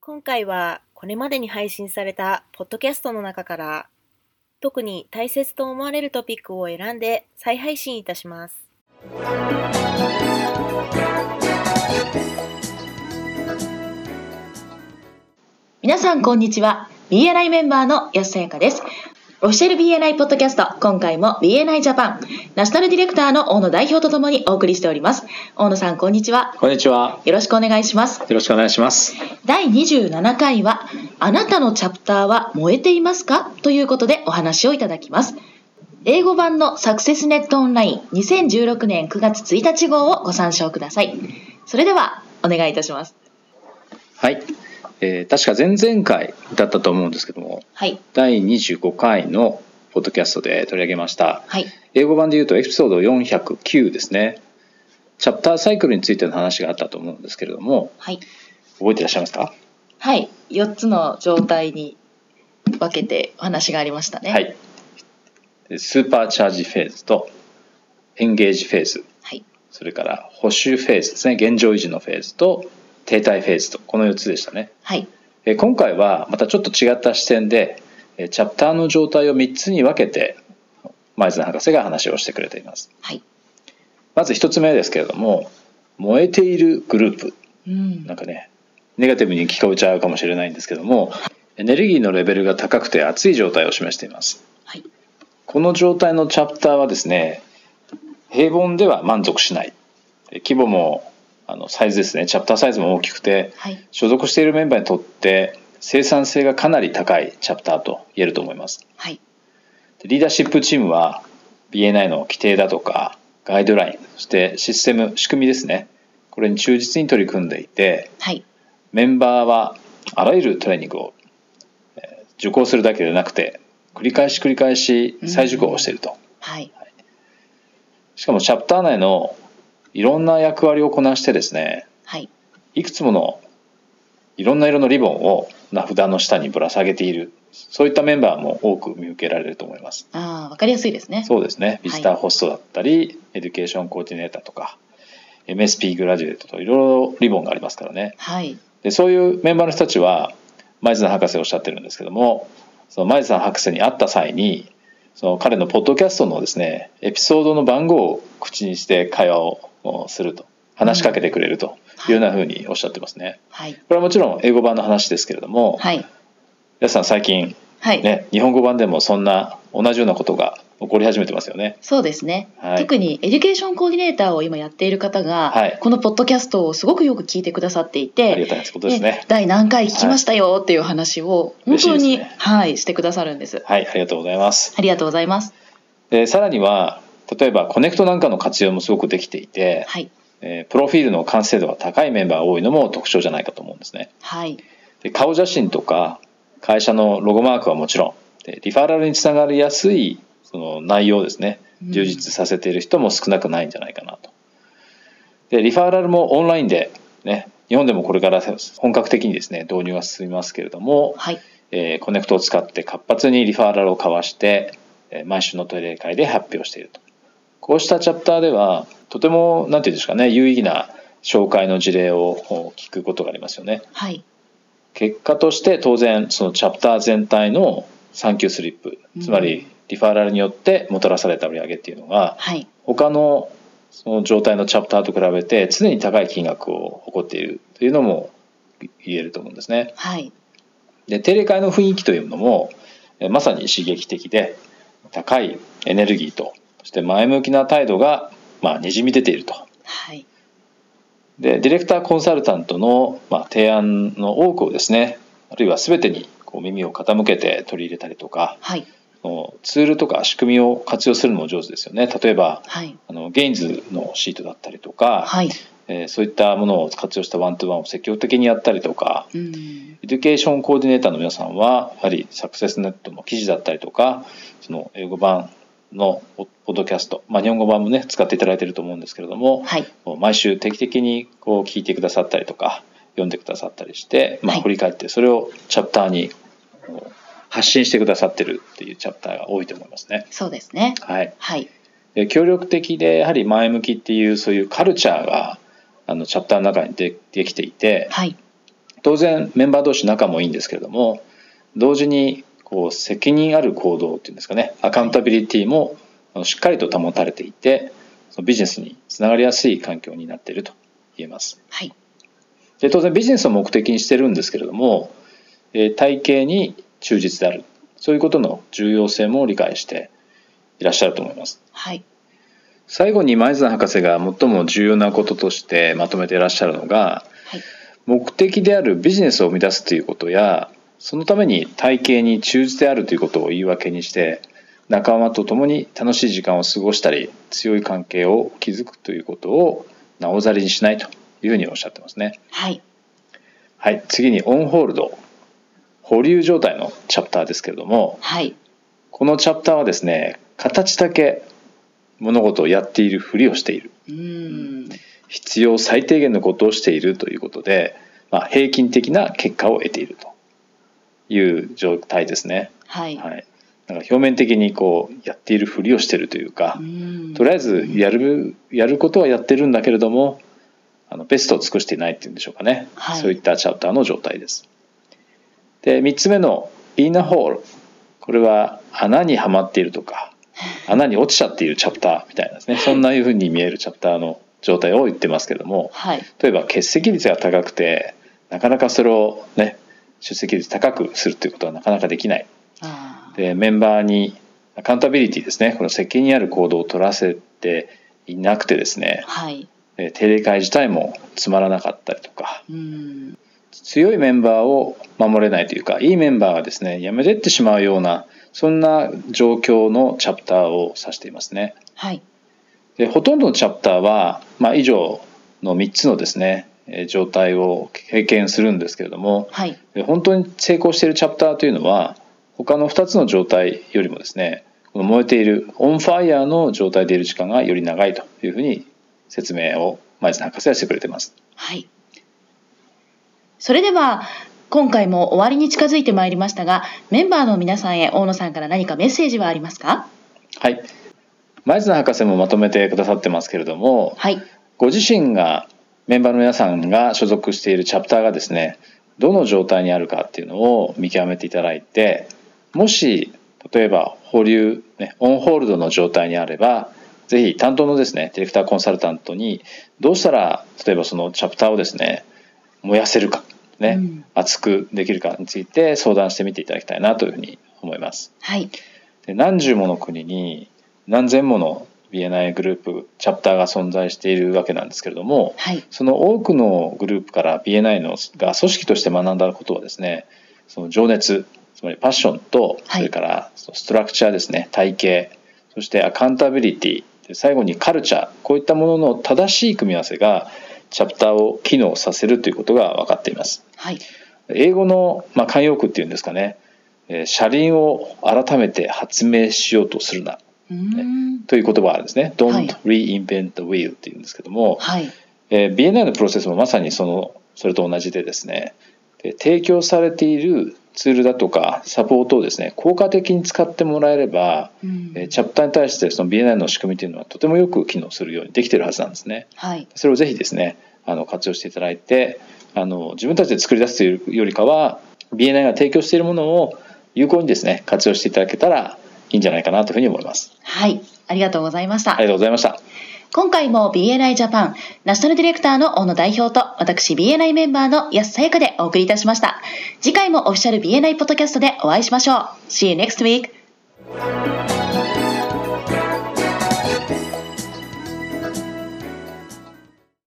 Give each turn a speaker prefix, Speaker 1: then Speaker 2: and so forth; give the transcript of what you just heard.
Speaker 1: 今回はこれまでに配信されたポッドキャストの中から特に大切と思われるトピックを選んで再配信いたします。
Speaker 2: 皆さんこんにちは BNI メンバーの安さやかですオフィシャル BNI ポッドキャスト今回も BNI ジャパンナショナルディレクターの大野代表とともにお送りしております大野さんこんにちは
Speaker 3: こんにちは。
Speaker 2: よろしくお願いします
Speaker 3: よろしくお願いします。
Speaker 2: 第27回はあなたのチャプターは燃えていますかということでお話をいただきます英語版のサクセスネットオンライン2016年9月1日号をご参照くださいそれではお願いいたします
Speaker 3: はい。えー確か前々回だったと思うんですけども、
Speaker 2: はい
Speaker 3: 第25回のポッドキャストで取り上げました。
Speaker 2: はい
Speaker 3: 英語版で言うとエピソード409ですね。チャプターサイクルについての話があったと思うんですけれども、
Speaker 2: はい
Speaker 3: 覚えていらっしゃいますか、
Speaker 2: はい、4つの状態に分けてお話がありましたね。
Speaker 3: は、い。スーパーチャージフェーズとエンゲージフェーズ、
Speaker 2: はい
Speaker 3: それから補修フェーズですね。現状維持のフェーズと停滞フェーズと、この4つでしたね。
Speaker 2: はい
Speaker 3: えー今回はまたちょっと違った視点でえーチャプターの状態を3つに分けて前津博士が話をしてくれています
Speaker 2: はい
Speaker 3: まず1つ目ですけれども燃えているグループ
Speaker 2: うん
Speaker 3: なんかねネガティブに聞こえちゃうかもしれないんですけどもエネルギーのレベルが高くて熱い状態を示しています
Speaker 2: はい
Speaker 3: この状態のチャプターはですね平凡では満足しないえー規模もあのサイズですねチャプターサイズも大きくて
Speaker 2: はい
Speaker 3: 所属しているメンバーにとって生産性がかなり高いチャプターと言えると思います
Speaker 2: はい
Speaker 3: でリーダーシップチームは BNI の規定だとかガイドラインそしてシステム仕組みですねこれに忠実に取り組んでいて
Speaker 2: はい
Speaker 3: メンバーはあらゆるトレーニングをえー受講するだけでなくて繰り返し繰り返し再受講をしていると、
Speaker 2: はい
Speaker 3: しかもチャプター内のいろんな役割をこなしてですね
Speaker 2: はい
Speaker 3: いくつものいろんな色のリボンを名札の下にぶら下げているそういったメンバーも多く見受けられると思います
Speaker 2: ああ分かりやすいですね。
Speaker 3: そうですねビジターホストだったり、エデュケーションコーディネーターとか MSP グラデュエートといろいろリボンがありますからね
Speaker 2: はい
Speaker 3: でそういうメンバーの人たちは前津博士おっしゃってるんですけどもその前津博士に会った際にその彼のポッドキャストのですねエピソードの番号を口にして会話をおすると話しかけてくれるというようなふうにおっしゃってますね、
Speaker 2: はい
Speaker 3: これはもちろん英語版の話ですけれども、
Speaker 2: はい
Speaker 3: 皆さん最近、
Speaker 2: はい、
Speaker 3: ね、日本語版でもそんな同じようなことが起こり始めてますよね。
Speaker 2: そうですね、
Speaker 3: はい
Speaker 2: 特にエデュケーションコーディネーターを今やっている方が、
Speaker 3: はい
Speaker 2: このポッドキャストをすごくよく聞いてくださってい
Speaker 3: あり
Speaker 2: て
Speaker 3: がたいことですね。
Speaker 2: 第何回聞きましたよっていう話を本当
Speaker 3: 嬉しい
Speaker 2: に、
Speaker 3: ですね
Speaker 2: はい、してくださるんです。
Speaker 3: はい、ありがとうございます。
Speaker 2: ありがとうございます。
Speaker 3: でさらには例えばコネクトなんかの活用もすごくできていて、
Speaker 2: はい
Speaker 3: えープロフィールの完成度が高いメンバーが多いのも特徴じゃないかと思うんですね。
Speaker 2: はい
Speaker 3: で顔写真とか会社のロゴマークはもちろんでリファラルにつながりやすいその内容ですね
Speaker 2: うん
Speaker 3: 充実させている人も少なくないんじゃないかなと。でリファラルもオンラインで、ね、日本でもこれから本格的にですね導入が進みますけれども、
Speaker 2: はい
Speaker 3: えーコネクトを使って活発にリファラルを交わして、えー毎週のトイレ会で発表していると。こうしたチャプターではとても何て言うんですかね有意義な紹介の事例をお聞くことがありますよね。
Speaker 2: はい
Speaker 3: 結果として当然そのチャプター全体の産休スリップ
Speaker 2: うん
Speaker 3: つまりリファラルによってもたらされた売り上げっていうのが
Speaker 2: はい
Speaker 3: 他のその状態のチャプターと比べて常に高い金額を誇っているというのも言えると思うんですね。
Speaker 2: はい
Speaker 3: で定例会の雰囲気というのもえまさに刺激的で高いエネルギーとそして前向きな態度がまあにじみ出ていると
Speaker 2: はい
Speaker 3: でディレクターコンサルタントの、まあ、提案の多くをですねあるいは全てにこう耳を傾けて取り入れたりとか
Speaker 2: はい
Speaker 3: そのツールとか仕組みを活用するのも上手ですよね例えば
Speaker 2: はい
Speaker 3: あのゲインズのシートだったりとか、
Speaker 2: はい
Speaker 3: えーそういったものを活用したワントゥーワンを積極的にやったりとか
Speaker 2: うん
Speaker 3: エデュケーションコーディネーターの皆さんはやはりサクセスネットの記事だったりとかその英語版のポポッドキャスト、まあ、日本語版もね使っていただいていると思うんですけれども、
Speaker 2: はい
Speaker 3: こう毎週定期的にこう聞いてくださったりとか読んでくださったりして、まあ、
Speaker 2: はい
Speaker 3: 振り返ってそれをチャプターにこう発信してくださってるっていうチャプターが多いと思いますね。
Speaker 2: そうですね
Speaker 3: はい、
Speaker 2: はい
Speaker 3: で協力的でやはり前向きっていうそういうカルチャーがあのチャプターの中にでできていて
Speaker 2: はい
Speaker 3: 当然メンバー同士仲もいいんですけれども同時にこう責任ある行動っていうんですかねアカウンタビリティもあのしっかりと保たれていてそのビジネスにつながりやすい環境になっていると言えます。
Speaker 2: はい。
Speaker 3: で当然ビジネスを目的にしてるんですけれども、えー体系に忠実であるそういうことの重要性も理解していらっしゃると思います。
Speaker 2: はい。
Speaker 3: 最後に前津博士が最も重要なこととしてまとめていらっしゃるのが、
Speaker 2: はい
Speaker 3: 目的であるビジネスを生み出すということやそのために体系に忠実であるということを言い訳にして仲間と共に楽しい時間を過ごしたり強い関係を築くということをなおざりにしないというふうにおっしゃってますね。
Speaker 2: はい。
Speaker 3: はい、次にオンホールド保留状態のチャプターですけれども
Speaker 2: はい。
Speaker 3: このチャプターはですね形だけ物事をやっているふりをしている
Speaker 2: うーん。
Speaker 3: 必要最低限のことをしているということで、まあ、平均的な結果を得ているという状態ですね。
Speaker 2: はい。
Speaker 3: はい、なんか表面的にこうやっているふりをしているというか
Speaker 2: う、ーん。
Speaker 3: とりあえずやるやることはやってるんだけれどもあのベストを尽くしていないっていうんでしょうかね、
Speaker 2: はい
Speaker 3: そういったチャプターの状態です。で3つ目の「インナーホール」これは穴にはまっているとか穴に落ちちゃっているチャプターみたいなですねそんないうふうに見えるチャプターの状態を言ってますけれども
Speaker 2: はい。
Speaker 3: 例えば欠席率が高くてなかなかそれをね出席率高くするということはなかなかできない。
Speaker 2: あー
Speaker 3: でメンバーにアカウンタビリティですねこの責任ある行動を取らせていなくてですね
Speaker 2: はい。
Speaker 3: えー定例会自体もつまらなかったりとか
Speaker 2: うーん。
Speaker 3: 強いメンバーを守れないというかいいメンバーがですねやめてってしまうようなそんな状況のチャプターを指していますね。
Speaker 2: はい。
Speaker 3: でほとんどのチャプターは、まあ、以上の3つのですねえー状態を経験するんですけれども
Speaker 2: はい。
Speaker 3: で本当に成功しているチャプターというのは他の2つの状態よりもですねこの燃えているオンファイヤーの状態でいる時間がより長いというふうに説明を前津博士はしてくれてます。
Speaker 2: はい。それでは、今回も終わりに近づいてまいりましたが、メンバーの皆さんへ大野さんから何かメッセージはありますか
Speaker 3: はい、前津博士もまとめてくださってますけれども
Speaker 2: はい。
Speaker 3: ご自身がメンバーの皆さんが所属しているチャプターがですねどの状態にあるかっていうのを見極めていただいてもし例えば保留、ね、オンホールドの状態にあればぜひ担当のですねディレクターコンサルタントにどうしたら例えばそのチャプターをですね燃やせるか、ね
Speaker 2: うん
Speaker 3: 熱くできるかについて相談してみていただきたいなというふうに思います。
Speaker 2: はい。
Speaker 3: で何十もの国に何千もの BNI グループチャプターが存在しているわけなんですけれども、
Speaker 2: はい。
Speaker 3: その多くのグループから BNI のが組織として学んだことはですねその情熱つまりパッションと
Speaker 2: はい
Speaker 3: それからそのストラクチャーですね体系そしてアカウンタビリティで最後にカルチャーこういったものの正しい組み合わせがチャプターを機能させるということが分かっています。
Speaker 2: はい。
Speaker 3: 英語の、まあ、慣用句っていうんですかね、えー車輪を改めて発明しようとするな
Speaker 2: うーん。
Speaker 3: という言葉があるんですね。
Speaker 2: はい
Speaker 3: Don't reinvent the wheel っていうんですけども、
Speaker 2: はい。
Speaker 3: えー BNI のプロセスもまさにそのそれと同じでですねで提供されているツールだとかサポートをですね効果的に使ってもらえれば、
Speaker 2: うん
Speaker 3: えーチャプターに対してその BNI の仕組みというのはとてもよく機能するようにできているはずなんですね。
Speaker 2: はい。
Speaker 3: それをぜひですねあの活用していただいてあの自分たちで作り出すというよりかは BNI が提供しているものを有効にですね活用していただけたらいいんじゃないかなというふうに思います。
Speaker 2: はい。ありがとうございました。
Speaker 3: ありがとうございました。
Speaker 2: 今回も BNI ジャパンナショナルディレクターの大野代表と私 BNI メンバーの安さやかでお送りいたしました。次回もオフィシャル BNI ポッドキャストでお会いしましょう。See you next week!